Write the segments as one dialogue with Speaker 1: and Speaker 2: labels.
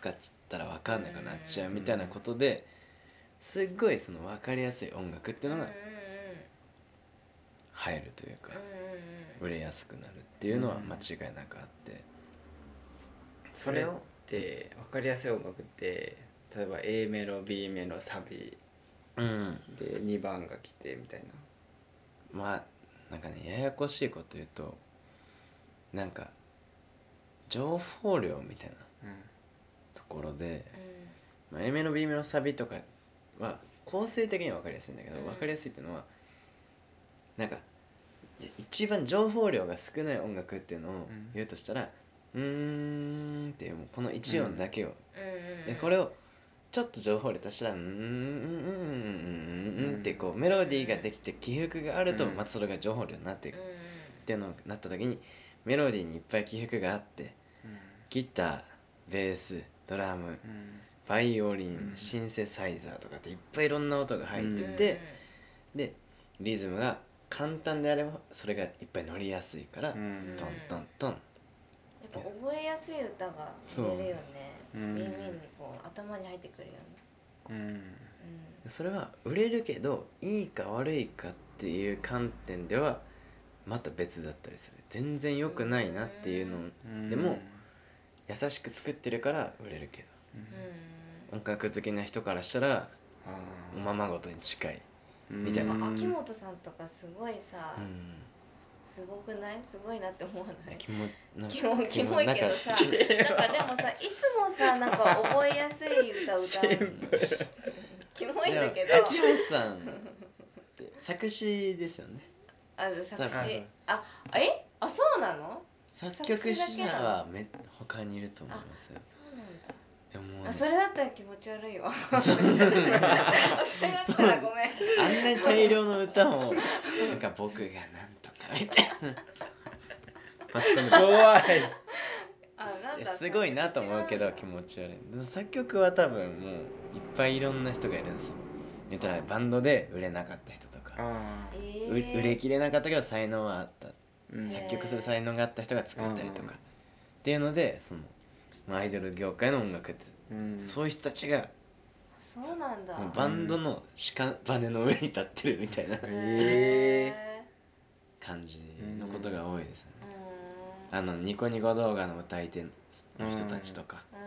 Speaker 1: かって言ったら分かんなくなっちゃうみたいなことですっごいその分かりやすい音楽っていうのが入るというか売れやすくなるっていうのは間違いなくあって
Speaker 2: それって分かりやすい音楽って例えば A メロ B メロサビ
Speaker 1: うん
Speaker 2: で2番が来てみたいな
Speaker 1: まあなんかねややこしいこと言うとなんか情報量みたいなところで、まあ、A メロ B メロサビとかは構成的には分かりやすいんだけど、
Speaker 3: うん
Speaker 1: 分かりやすいっていうのはなんかじ一番情報量が少ない音楽っていうのを
Speaker 2: うん
Speaker 1: 言うとしたら「うーん」っていうもうこの1音だけを、でこ
Speaker 3: これ
Speaker 1: れ
Speaker 3: を
Speaker 1: をちょっと情報量足したら「うーんうんうんうんうん」ってこうメロディーができて起伏があると
Speaker 2: うん
Speaker 1: またそれが情報量になっていくっていうのになった時にメロディーにいっぱい起伏があってギターベースドラムバイオリン
Speaker 2: うん
Speaker 1: シンセサイザーとかっていっぱいいろんな音が入って
Speaker 3: 言ってて、
Speaker 1: でリズムが簡単であればそれがいっぱい乗りやすいから、トントントン
Speaker 3: やっぱ覚えやすい歌が入れるよね
Speaker 2: そう
Speaker 3: 耳に
Speaker 2: うん
Speaker 3: こう頭に入ってくるよねうん
Speaker 1: それは売れるけどいいか悪いかっていう観点ではまた別だったりする全然良くないなっていうのをでも優しく作ってるから売れるけど音楽好きな人からしたらおままごとに近い、みたい
Speaker 3: うん
Speaker 1: な
Speaker 3: なんか秋元さんとかすごいさ
Speaker 1: うん
Speaker 3: すごくないすごいなって思わない
Speaker 1: キモなんか
Speaker 3: キモキモいけどさなんかでもさいつもさなんか覚えやすい歌歌うキモいんだけど
Speaker 1: でも秋元さんって作詞ですよね
Speaker 3: あ作
Speaker 1: 多
Speaker 3: 詞
Speaker 2: 分
Speaker 3: あえあそうなの
Speaker 1: 作曲
Speaker 3: 作詞
Speaker 1: 者
Speaker 3: だけなの
Speaker 1: はめ他にいると思いますよ
Speaker 3: そうなんだ
Speaker 1: でももうね
Speaker 3: あそれだったら気持ち悪いわそれだったらごめん
Speaker 1: あんなに大量の歌 をなんか僕がなんとかみたいなパソコンで
Speaker 2: 怖い
Speaker 3: あなん
Speaker 1: い
Speaker 3: だ
Speaker 1: やすごいなと思うけど
Speaker 3: 違んだ
Speaker 1: 気持ち悪いでも作曲は多分もういっぱいいろんな人がいるんですよ言ったらバンドで売れなかった人とか、
Speaker 2: あ
Speaker 3: え
Speaker 2: ー
Speaker 1: う
Speaker 3: ー
Speaker 1: 売れきれなかったけど才能はあった
Speaker 2: うん
Speaker 1: 作曲する才能があった人が作ったりとか、っていうのでそのまあアイドル業界の音楽って、
Speaker 2: うん
Speaker 1: そういう人たちが
Speaker 3: そうなんだ
Speaker 1: もうバンドの屍の上に立ってるみたいな
Speaker 2: へ
Speaker 3: へ
Speaker 1: 感じのことが多いですね、
Speaker 3: ー
Speaker 1: あのニコニコ動画の歌い手の人たちとか、
Speaker 3: うんうん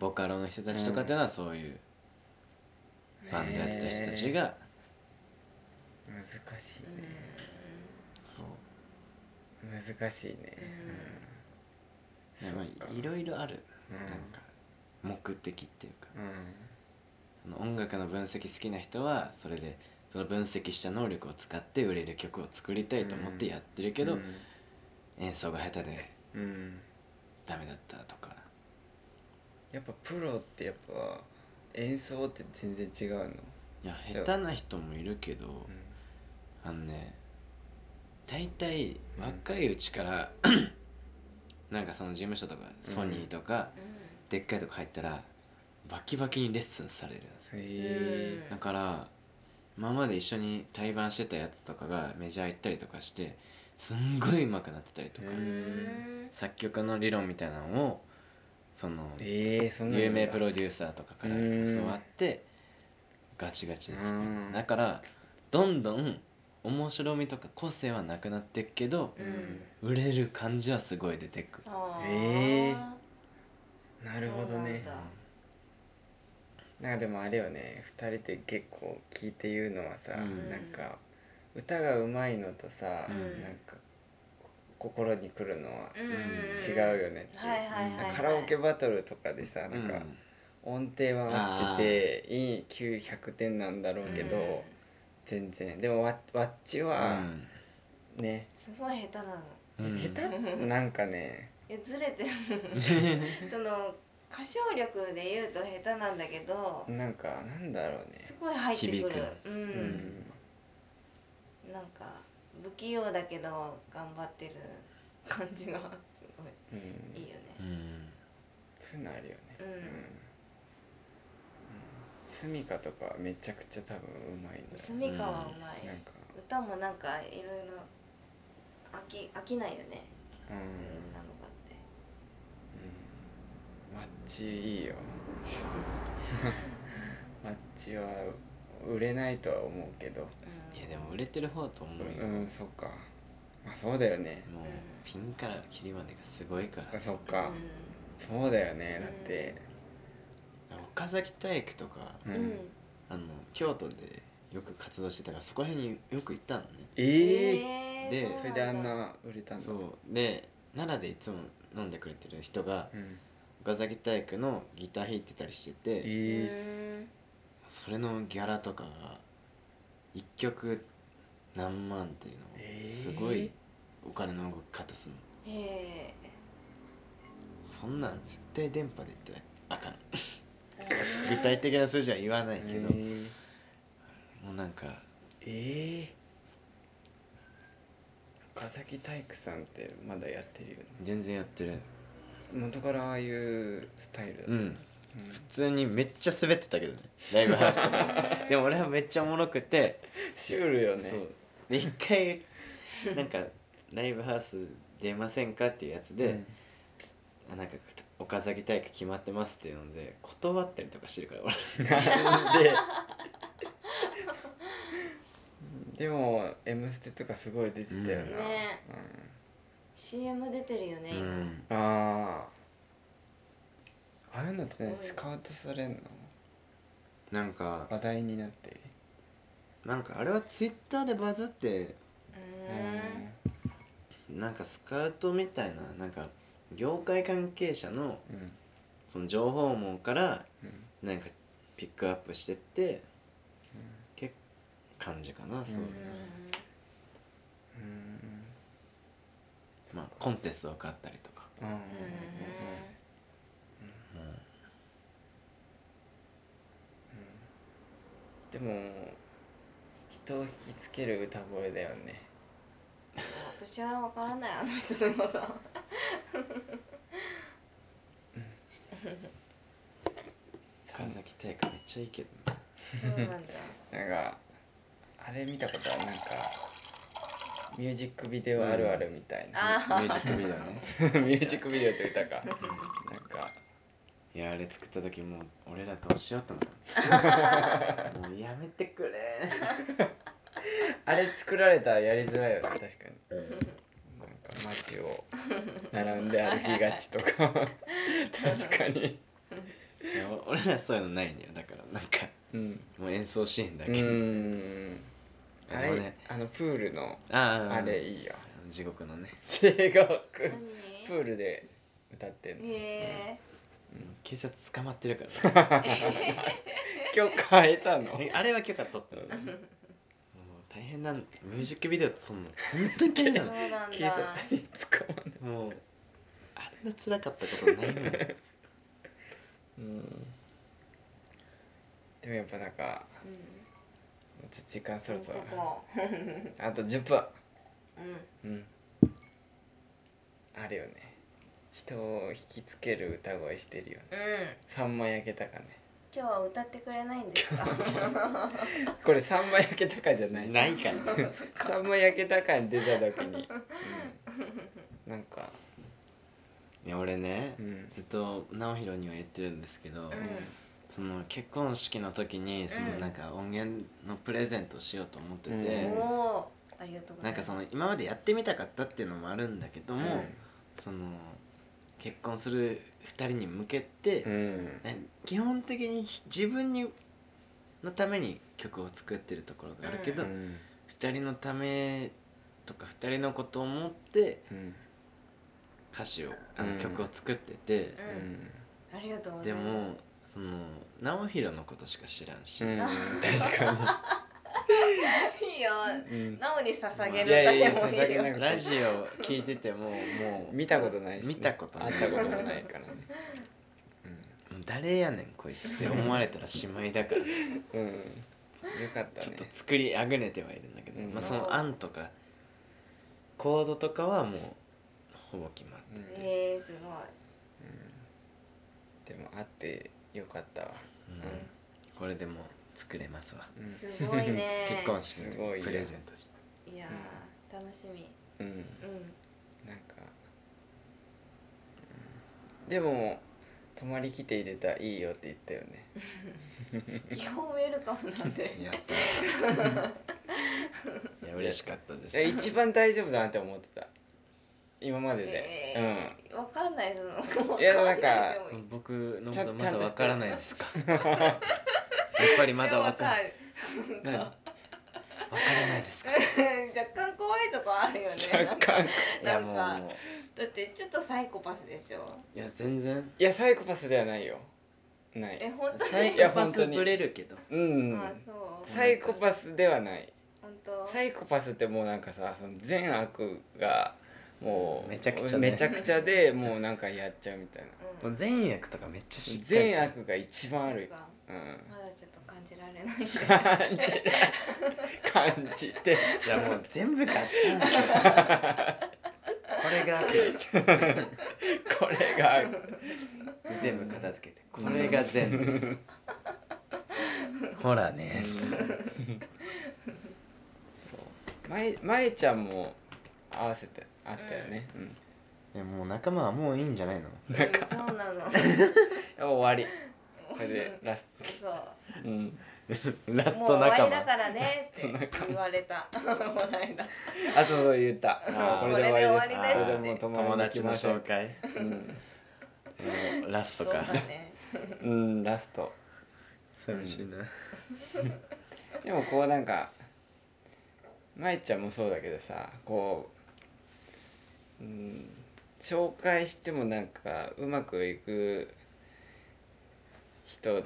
Speaker 1: ボカロの人たちとかっていうのはそういうバンドやってた人たちが、
Speaker 2: 難しいね
Speaker 1: そう
Speaker 2: 難しいね
Speaker 1: ねまあいろいろある、
Speaker 2: うん
Speaker 1: なんか目的っていうか、
Speaker 2: うんうん
Speaker 1: その音楽の分析好きな人はそれでその分析した能力を使って売れる曲を作りたいと思ってやってるけど、
Speaker 2: うん
Speaker 1: 演奏が下手で
Speaker 2: うん
Speaker 1: ダメだったとか
Speaker 2: やっぱプロってやっぱ演奏って全然違うの、
Speaker 1: いや下手な人もいるけど、あのね大体
Speaker 2: うん
Speaker 1: 若いうちから、なんかその事務所とかソニーとか、でっかいとこ入ったらバキバキにレッスンされるんですよ
Speaker 2: へえ
Speaker 1: だから今まで一緒に対バンしてたやつとかがメジャー行ったりとかしてすんごい上手くなってたりとか、
Speaker 2: へ
Speaker 3: う
Speaker 2: ー
Speaker 3: ん
Speaker 1: 作曲の理論みたいなのをその
Speaker 2: ええそんな
Speaker 1: 有名プ
Speaker 2: ロ
Speaker 1: ロデューサーとかから
Speaker 2: うん
Speaker 1: 教わってガチガチですよ
Speaker 2: うん
Speaker 1: だからどんどん面白みとか個性はなくなっていくけど
Speaker 3: うん
Speaker 1: 売れる感じはすごい出てくる
Speaker 3: あー
Speaker 2: へーなるほど
Speaker 3: そうな
Speaker 2: ね
Speaker 3: んだ
Speaker 2: なんかでもあれよね二人で結構聞いて言うのはさ、
Speaker 1: うん
Speaker 2: なんか歌がうまいのとさ、
Speaker 1: うん
Speaker 2: なんかこ心に来るのは
Speaker 3: うん
Speaker 2: 違うよねっていう
Speaker 3: はいはいはいはい
Speaker 2: カラオケバトルとかでさ
Speaker 1: う
Speaker 2: なん
Speaker 1: ん
Speaker 2: か音程は合ってていい900点なんだろうけど、
Speaker 3: うん
Speaker 2: 全然でもわわっちはね、
Speaker 3: すごい下手なの
Speaker 1: うんうん
Speaker 2: 下手なんかね
Speaker 3: いやずれ てるその歌唱力で言うと下手なんだけど
Speaker 2: なんかなんだろうね
Speaker 3: すごい入ってく
Speaker 1: 響
Speaker 3: る
Speaker 1: く
Speaker 3: うん、
Speaker 2: うん
Speaker 3: なんか不器用だけど頑張ってる感じがすご
Speaker 2: うん
Speaker 3: いいいよね
Speaker 1: うん
Speaker 2: そういうのあるよね
Speaker 3: うん
Speaker 2: スミカとかめちゃくちゃ多分うまいんだよ
Speaker 3: 住みかはうまい、
Speaker 2: なんか
Speaker 3: 歌もなんかいろいろ飽き飽きないよね、
Speaker 2: う
Speaker 3: い
Speaker 2: ん、
Speaker 3: ろんなのがあって
Speaker 2: うマッチ いいよマッチは売れないとは思うけど
Speaker 1: いやでも売れてる方だと思うよ、
Speaker 2: う
Speaker 1: もうん
Speaker 2: そっかまあそうだよね
Speaker 1: ピンからキリまでがすごいから
Speaker 2: あそっかそうだよねだって
Speaker 1: 岡崎体育とか
Speaker 3: う
Speaker 2: うんん
Speaker 1: あの京都でよく活動してたからそこら辺によく行ったのね
Speaker 2: ええ
Speaker 1: で
Speaker 2: それであんな売れたんだ
Speaker 1: そうで奈良でいつも飲んでくれてる人が
Speaker 2: うん
Speaker 1: 岡崎体育のギター弾いてたりしてて、
Speaker 2: え
Speaker 3: え
Speaker 1: それのギャラとかが1曲何万っていう
Speaker 2: え
Speaker 1: の
Speaker 2: ー
Speaker 1: すごいお金の動き方するの、
Speaker 3: え
Speaker 1: そんなん絶対電波で言ってあかん
Speaker 3: ー
Speaker 1: 具体的な数字は言わない
Speaker 2: え
Speaker 1: けど、
Speaker 2: ー
Speaker 1: もうなんか
Speaker 2: ええ岡崎体育さんってまだやってるよね
Speaker 1: 全然やってる
Speaker 2: 元からああいうスタイルだった
Speaker 1: う
Speaker 2: の
Speaker 1: ん普通にめっちゃ滑ってたけどねライブハウスと かでも俺はめっちゃおもろくて
Speaker 2: シュールよね
Speaker 1: そうで一回なんかライブハウス出ませんかっていうやつで、
Speaker 2: うん
Speaker 1: あなんか岡崎体育決まってますっていうので断ったりとかしてるから俺
Speaker 2: なんででも「M ステ」とかすごい出てたよな、
Speaker 1: うん
Speaker 3: ね CM 出てるよね今、
Speaker 2: うん、ああああいうのって
Speaker 3: すご
Speaker 2: ね
Speaker 3: い
Speaker 2: スカウトされんの
Speaker 1: なんか
Speaker 2: 話題になって
Speaker 1: なんかあれはツイッターでバズって
Speaker 3: う
Speaker 2: う
Speaker 3: ーん
Speaker 1: なんかスカウトみたいななんか業界関係者の
Speaker 2: うん
Speaker 1: その情報網から
Speaker 2: うん
Speaker 1: なんかピックアップしてって結構感じかなそういう、
Speaker 2: うんうん
Speaker 1: まあコンテストを買ったりとか
Speaker 2: うんうん
Speaker 3: うん
Speaker 1: もう
Speaker 2: でも人を引きつける歌声だよね
Speaker 3: 私は分からないあの人の良さ
Speaker 1: 川崎体育めっちゃいいけどね
Speaker 3: そうなんだ
Speaker 2: なんかあれ見たことはなんかミュージックビデオあるあるみたいな、
Speaker 3: あー
Speaker 1: ミュージックビデオね
Speaker 2: ミュージックビデオって歌かなんか
Speaker 1: いやあれ作った時もう俺らどうしようと思った もうやめてくれ
Speaker 2: あれ作られたらやりづらいよね確かになんか街を並んで歩きがちと か確かに
Speaker 1: いや俺らそういうのないんだよだからなんか
Speaker 2: うん
Speaker 1: もう演奏シーンだ
Speaker 2: う
Speaker 1: け、
Speaker 2: ーんあ
Speaker 1: あの
Speaker 2: れ、
Speaker 1: ね
Speaker 2: あのプールの
Speaker 1: ああ
Speaker 2: あれいいよ
Speaker 1: 地獄のね
Speaker 2: 地獄プ
Speaker 3: 何
Speaker 2: ールで歌ってんの
Speaker 3: え
Speaker 1: 警察捕まってるからね
Speaker 2: 許可得たの
Speaker 1: あれは許可取ったのねもう大変なんミュージックビデオ撮るの本当に大変
Speaker 3: ー、
Speaker 1: な
Speaker 3: そう
Speaker 1: の
Speaker 3: なん
Speaker 2: 警察
Speaker 3: だ
Speaker 2: に捕まんない
Speaker 1: もうあんな辛かったことないのに
Speaker 2: うんでもやっぱなんか
Speaker 3: うん
Speaker 2: ちょっと時間そろそろ
Speaker 3: そこ
Speaker 2: あと10分
Speaker 3: うん
Speaker 2: うんあるよね人を引きつける歌声してるよね
Speaker 3: うん
Speaker 2: 3枚焼けたかね
Speaker 3: 今日は歌ってくれないんですか
Speaker 2: これ3枚焼けたかじゃない
Speaker 1: ない からね
Speaker 2: 3枚焼けたかに出た時に、うん、なんか
Speaker 1: いや俺ね、
Speaker 2: うん
Speaker 1: ずっと直弘には言ってるんですけど、
Speaker 3: う
Speaker 1: その結婚式の時にその
Speaker 3: うん
Speaker 1: なんか音源のプレゼントをしようと思ってて、
Speaker 3: ん、
Speaker 2: う
Speaker 3: おおありがとうござ
Speaker 1: ないん
Speaker 3: ます
Speaker 1: かその今までやってみたかったっていうのもあるんだけども、
Speaker 2: う
Speaker 1: その結婚する2人に向けて、
Speaker 2: んうん
Speaker 1: ね基本的に自分にのために曲を作ってるところがあるけ
Speaker 2: う
Speaker 1: ど、
Speaker 3: う
Speaker 1: 二
Speaker 2: ん
Speaker 1: 2人のためとか2人のことを思って
Speaker 2: うん
Speaker 1: 歌詞をあの
Speaker 2: うん
Speaker 1: 曲を作ってて、
Speaker 2: う
Speaker 3: うん
Speaker 2: ん
Speaker 3: ありがとうござ
Speaker 1: で
Speaker 3: います
Speaker 1: もその直弘のことしか知らんし、
Speaker 2: うん確かに
Speaker 3: いいよ
Speaker 2: うん
Speaker 3: なおに捧げ
Speaker 2: いやい
Speaker 3: る
Speaker 2: や
Speaker 3: 歌でもい
Speaker 2: 捧
Speaker 3: い
Speaker 2: げな
Speaker 3: よ
Speaker 2: く
Speaker 1: ラジオ聞いててももう
Speaker 2: 見たことないし、
Speaker 1: 見たことない
Speaker 2: 会ったこともないからね
Speaker 1: もう誰やねんこいつって思われたらしまいだからさ
Speaker 2: うん、うん、よかった
Speaker 1: ちょっと
Speaker 2: ね
Speaker 1: 作りあぐねてはいるんだけど、
Speaker 2: うん
Speaker 1: まあ、その案とかコードとかはもうほぼ決まって
Speaker 2: うん
Speaker 3: えー、すごい
Speaker 2: でも会ってよかったわ、
Speaker 1: うんこれでもう作れますわ、
Speaker 2: うん
Speaker 3: すごいね
Speaker 1: 結婚式の
Speaker 2: すごい
Speaker 1: 時
Speaker 2: よ
Speaker 1: プレゼントして
Speaker 3: いやー楽しみ
Speaker 2: うん、
Speaker 3: うん
Speaker 2: なんかうんでも泊まり来て入れたいいよって言ったよね
Speaker 3: 基本ウェルカムなんで
Speaker 1: やった ーいや嬉しかったです
Speaker 2: え一番大丈夫だなって思ってた今までで、
Speaker 3: えーわかんないその
Speaker 2: いやなんか
Speaker 3: わいでも
Speaker 1: その僕のこ
Speaker 2: ちゃ
Speaker 1: と
Speaker 2: ん
Speaker 1: まだ
Speaker 2: ちゃんと
Speaker 1: わ
Speaker 2: して
Speaker 1: からないです かやっぱりまだわかんない
Speaker 3: いなんか
Speaker 1: わからないですか
Speaker 3: 若干怖いとこあるよね
Speaker 2: うん
Speaker 3: な
Speaker 2: 若
Speaker 3: んか
Speaker 2: 干
Speaker 1: いや
Speaker 3: な
Speaker 1: もう
Speaker 3: んかだってちょっとサイコパスでしょ
Speaker 1: いや全然
Speaker 2: いやサイコパスではないよな
Speaker 3: え
Speaker 2: い
Speaker 3: 本当
Speaker 1: サイ
Speaker 2: い
Speaker 1: コ
Speaker 2: や
Speaker 1: パ
Speaker 2: 本当
Speaker 1: ス
Speaker 2: に
Speaker 1: ぶれるけど
Speaker 2: うん
Speaker 3: あそう
Speaker 2: サイコパスではない
Speaker 3: 本当
Speaker 2: サイコパスってもうなんかさその善悪がもう
Speaker 1: めちゃくちゃね
Speaker 2: めちゃくちゃでもうなんかやっちゃうみたいな
Speaker 1: も
Speaker 3: う
Speaker 1: うん善悪とかめっちゃしっかりして
Speaker 2: 善悪が一番ある
Speaker 3: なんか
Speaker 2: うん
Speaker 3: まだちょっと感じられないんで
Speaker 2: 感じ感じて
Speaker 1: じゃあ もう全部合唱ですよこれが悪です
Speaker 2: これが
Speaker 1: 全部片付けてこれが善ですほらね
Speaker 2: まえまえちゃんも合わせてあったよね、うん
Speaker 1: いやもう仲間はもういいんじゃないの
Speaker 3: うんそうなの
Speaker 2: やっぱ終わりこれでラス
Speaker 3: そう
Speaker 2: ト、うん、
Speaker 1: ラス
Speaker 3: もう
Speaker 1: ト
Speaker 3: 終わ
Speaker 1: 仲
Speaker 3: りだか
Speaker 1: 間
Speaker 3: らねって言われた この間
Speaker 2: あそうそう言った
Speaker 1: あー
Speaker 2: これで終わり
Speaker 3: こ
Speaker 2: です
Speaker 3: れで終わりです
Speaker 2: これでもう泊ま
Speaker 1: 友
Speaker 2: りに行き
Speaker 1: 達の
Speaker 2: ましょ
Speaker 1: 紹
Speaker 2: う、
Speaker 1: 介
Speaker 2: うん
Speaker 1: もうラス
Speaker 3: そ
Speaker 1: ト
Speaker 3: う
Speaker 1: か
Speaker 3: だね
Speaker 2: うん、ラスト
Speaker 1: 寂しいな
Speaker 2: でもこうなんか舞ちゃんもそうだけどさこう、うん、紹介してもなんかうまくいく人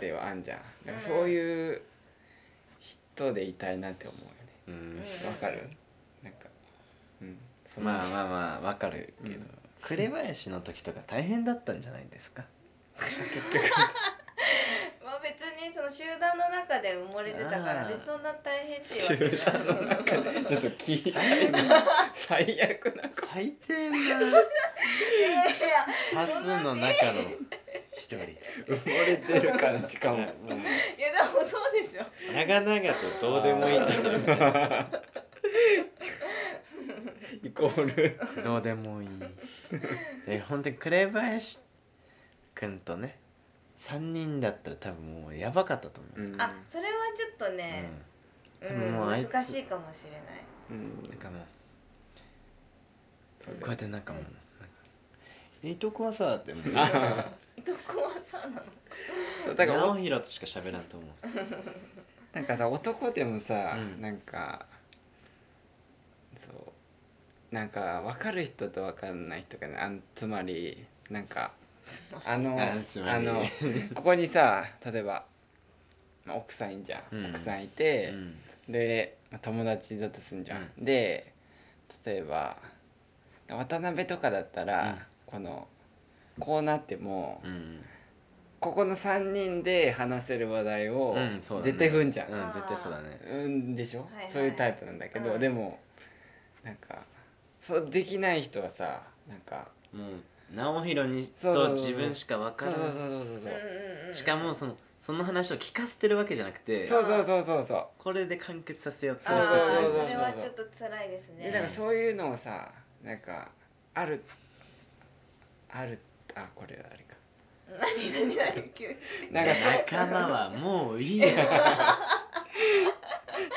Speaker 2: ではあんじゃん、
Speaker 3: ん
Speaker 2: なんかそういう人でいたいなって思うよ
Speaker 1: う
Speaker 3: うん
Speaker 1: ん
Speaker 2: ねわかるなんかうんその
Speaker 1: まあまあまあわかるけど、
Speaker 2: うん
Speaker 1: 紅林の時とか大変だったんじゃないですか
Speaker 3: まあ別にその集団の中で埋もれてたから
Speaker 1: あ
Speaker 3: で
Speaker 1: ー
Speaker 3: そんな大変って言われてない
Speaker 2: ちょっと聞いたいな最悪な
Speaker 1: 最低ない
Speaker 3: やいや
Speaker 1: 多数の中の一人
Speaker 2: 埋もれてる感じかも
Speaker 3: いやでもそうでしょ
Speaker 1: 長々とどうでもいいんだけどみたいな
Speaker 2: イコール
Speaker 1: どうでもいいで本当に紅林くんとね3人だったら多分もうやばかったと思います、
Speaker 3: あそれはちょっとね
Speaker 1: うん
Speaker 3: う
Speaker 1: でももうあい
Speaker 3: ん
Speaker 1: つ
Speaker 3: 難しいかもしれない
Speaker 2: うん
Speaker 1: うん、なんかもう
Speaker 2: そうだよ
Speaker 1: こうやってなんかもうなんか「えいとこはさ」ってもう
Speaker 3: どこはそうなの
Speaker 2: そうだから
Speaker 1: 直
Speaker 2: お
Speaker 1: 弘としか喋らんと思う
Speaker 2: なんかさ男でもさ、
Speaker 1: うん
Speaker 2: なんかそうなんか分かる人と分かんない人がねあんつまりなんかあ の
Speaker 1: あつまり
Speaker 2: あのここにさ例えば、まあ、奥さんいんじゃ
Speaker 1: う
Speaker 2: ん、
Speaker 1: ん
Speaker 2: 奥さんいて、
Speaker 1: うん
Speaker 2: で、まあ友達だとすんじゃん、で例えば渡辺とかだったら、
Speaker 1: うん
Speaker 2: このこうなっても、
Speaker 1: うん
Speaker 2: ここの3人で話せる話題を
Speaker 1: うんそうだね
Speaker 2: 絶対踏んじゃん、
Speaker 1: うん絶対そうだね
Speaker 2: うんでしょ、
Speaker 3: はいはい
Speaker 2: そういうタイプなんだけど、
Speaker 3: うん
Speaker 2: でもなんかそうできない人はさなんか
Speaker 1: もう直弘に
Speaker 2: そうそう
Speaker 1: と
Speaker 2: そうそう
Speaker 1: 自分しか分か
Speaker 2: そう
Speaker 1: ら
Speaker 2: そうそう
Speaker 1: な
Speaker 2: そう
Speaker 3: うんうんうん
Speaker 1: いしかもそのその話を聞かせてるわけじゃなくて
Speaker 2: そうそうそうそうそう
Speaker 1: これで完結させようとす
Speaker 3: あ
Speaker 1: る
Speaker 3: あ
Speaker 1: 人っているじゃん
Speaker 3: ーそれはちょっと辛いです
Speaker 2: で
Speaker 3: ね
Speaker 2: なんかそういうのをさなんかあるあるあこれはあれか
Speaker 3: 何何何急に
Speaker 2: なんかそう
Speaker 1: 仲間はもういいよ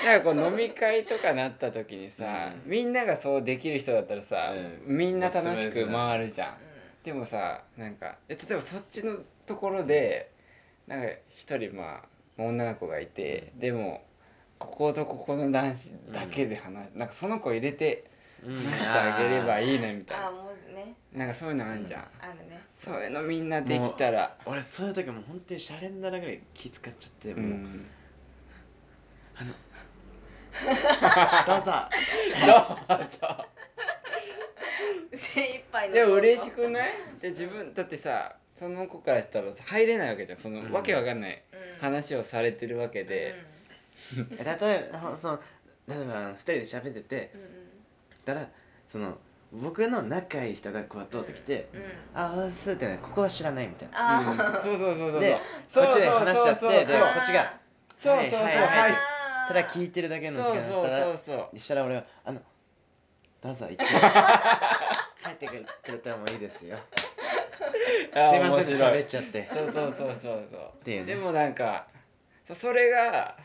Speaker 2: なんかこう飲み会とかなった時にさ、
Speaker 1: うん
Speaker 2: みんながそうできる人だったらさ、
Speaker 1: うん
Speaker 2: みんな楽しく回るじゃ
Speaker 3: う、
Speaker 2: ん
Speaker 3: ん
Speaker 2: でもさなんかえ例えばそっちのところでなんか一人まあ女の子がいて、でもこことここの男子だけで話、なんかその子入れて
Speaker 1: うん
Speaker 2: 話してあげればいいのにみたい
Speaker 3: あ
Speaker 2: な
Speaker 3: あ、もうね
Speaker 2: なんかそういうのあるじゃん、
Speaker 1: うん
Speaker 3: あるね
Speaker 2: そういうのみんなできたら
Speaker 1: 俺そういう時もう本当にシャレにならんぐらい気使っちゃって、
Speaker 2: う
Speaker 1: もうんあのどう ぞ
Speaker 3: 精一杯の
Speaker 2: でも嬉しくないで自分だってさその子からしたら入れないわけじゃんその、
Speaker 1: うん
Speaker 2: わけわかんない
Speaker 3: うん
Speaker 2: 話をされてるわけで、
Speaker 1: え例えばほその例えば2人で喋ってて
Speaker 3: うんうん
Speaker 1: たらその僕の仲いい人がこう通ってきて
Speaker 3: うんうん
Speaker 1: 「ああそうってねここは知らない」みたいな
Speaker 2: うん
Speaker 3: ああ
Speaker 2: そうそうそうそう
Speaker 1: で
Speaker 2: そう
Speaker 1: こっちで話しちゃって
Speaker 2: そうそう
Speaker 1: で
Speaker 2: そう
Speaker 1: こっちが
Speaker 2: そう
Speaker 1: はい
Speaker 2: そうそう
Speaker 1: はい
Speaker 2: はい
Speaker 1: はいただ聞いてるだけの時間だったら
Speaker 2: そうそうそう
Speaker 1: したら俺は「あ のどうぞ行って帰ってくれたらもういいですよ」
Speaker 2: あー
Speaker 1: すいませ
Speaker 2: 面
Speaker 1: ん
Speaker 2: 白
Speaker 1: 喋
Speaker 2: い
Speaker 1: っちゃって
Speaker 2: そうそうそうそうそう
Speaker 1: ていうね
Speaker 2: でもなんかそそれが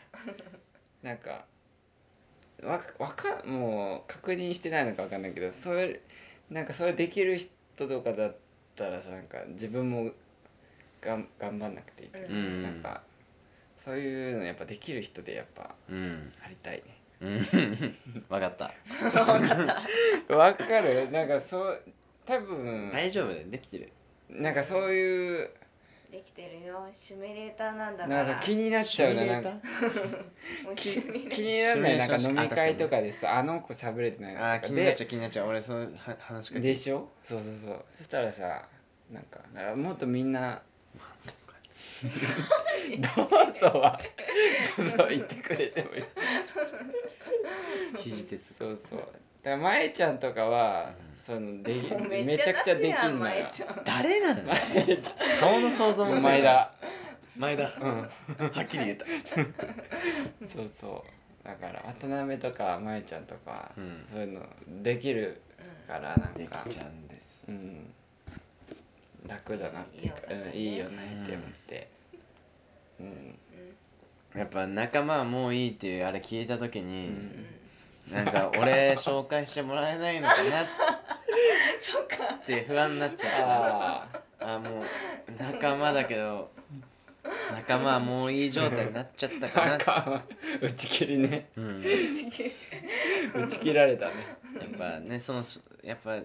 Speaker 2: なんかわわかもう確認してないのかわかんないけどそれなんかそれできる人とかだったらさなんか自分もがん頑張んなくていいというか、
Speaker 1: うん
Speaker 2: なんかそういうのやっぱできる人でやっぱ
Speaker 1: うん
Speaker 2: ありたいね
Speaker 1: 分かった
Speaker 2: わかるなんかそう多分
Speaker 1: 大丈夫だよできてる
Speaker 2: なんかそういう
Speaker 3: できてるよシミュレーターなんだか
Speaker 2: な
Speaker 3: ら
Speaker 2: んか気になっちゃうな
Speaker 1: シミュレー
Speaker 2: なん
Speaker 1: タ
Speaker 2: か
Speaker 1: ー
Speaker 3: もうシミュレータ
Speaker 2: 気
Speaker 3: ー
Speaker 2: に
Speaker 1: シ
Speaker 2: ならない
Speaker 1: ミュレー
Speaker 2: な
Speaker 1: ション
Speaker 2: ん
Speaker 1: し
Speaker 2: か飲み
Speaker 1: あ確
Speaker 2: 会
Speaker 1: かに
Speaker 2: とかでさあの子喋れてない
Speaker 1: あ
Speaker 2: な
Speaker 1: ー
Speaker 2: と
Speaker 1: 気
Speaker 2: か
Speaker 1: になっ
Speaker 2: で
Speaker 1: ちゃう気になっちゃう俺そのは話しかけ
Speaker 2: でしょそうそうそうそしたらさなんかなんかもっとみんなどうぞはどうぞ言ってくれてもいい
Speaker 1: 肘鉄
Speaker 2: そうそうだからまえちゃんとかは、そのでき
Speaker 3: もう
Speaker 2: めちゃくちゃできんのよ
Speaker 3: 出すやん前ちゃん
Speaker 1: 誰なの 顔の想像もつかない
Speaker 2: 前だ
Speaker 1: 前だ
Speaker 2: うん
Speaker 1: はっきり言った
Speaker 2: そうそうだから渡辺とかまえちゃんとか、
Speaker 1: うん
Speaker 2: そういうのできるからなん
Speaker 1: で
Speaker 2: か
Speaker 1: きちゃうんです
Speaker 2: うん、楽だなっていうか
Speaker 3: いいよ
Speaker 2: うん、いいよねって思って、うん
Speaker 1: やっぱ仲間はもういいっていうあれ聞いた時に、
Speaker 2: うん
Speaker 1: なん か俺紹介してもらえないのかなって不安になっちゃう
Speaker 2: ああ
Speaker 1: あもう仲間だけど仲間はもういい状態になっちゃったかな
Speaker 2: なんか打ち切りね
Speaker 1: うん、や
Speaker 2: 打ち切られたね
Speaker 1: っぱねそのやっぱ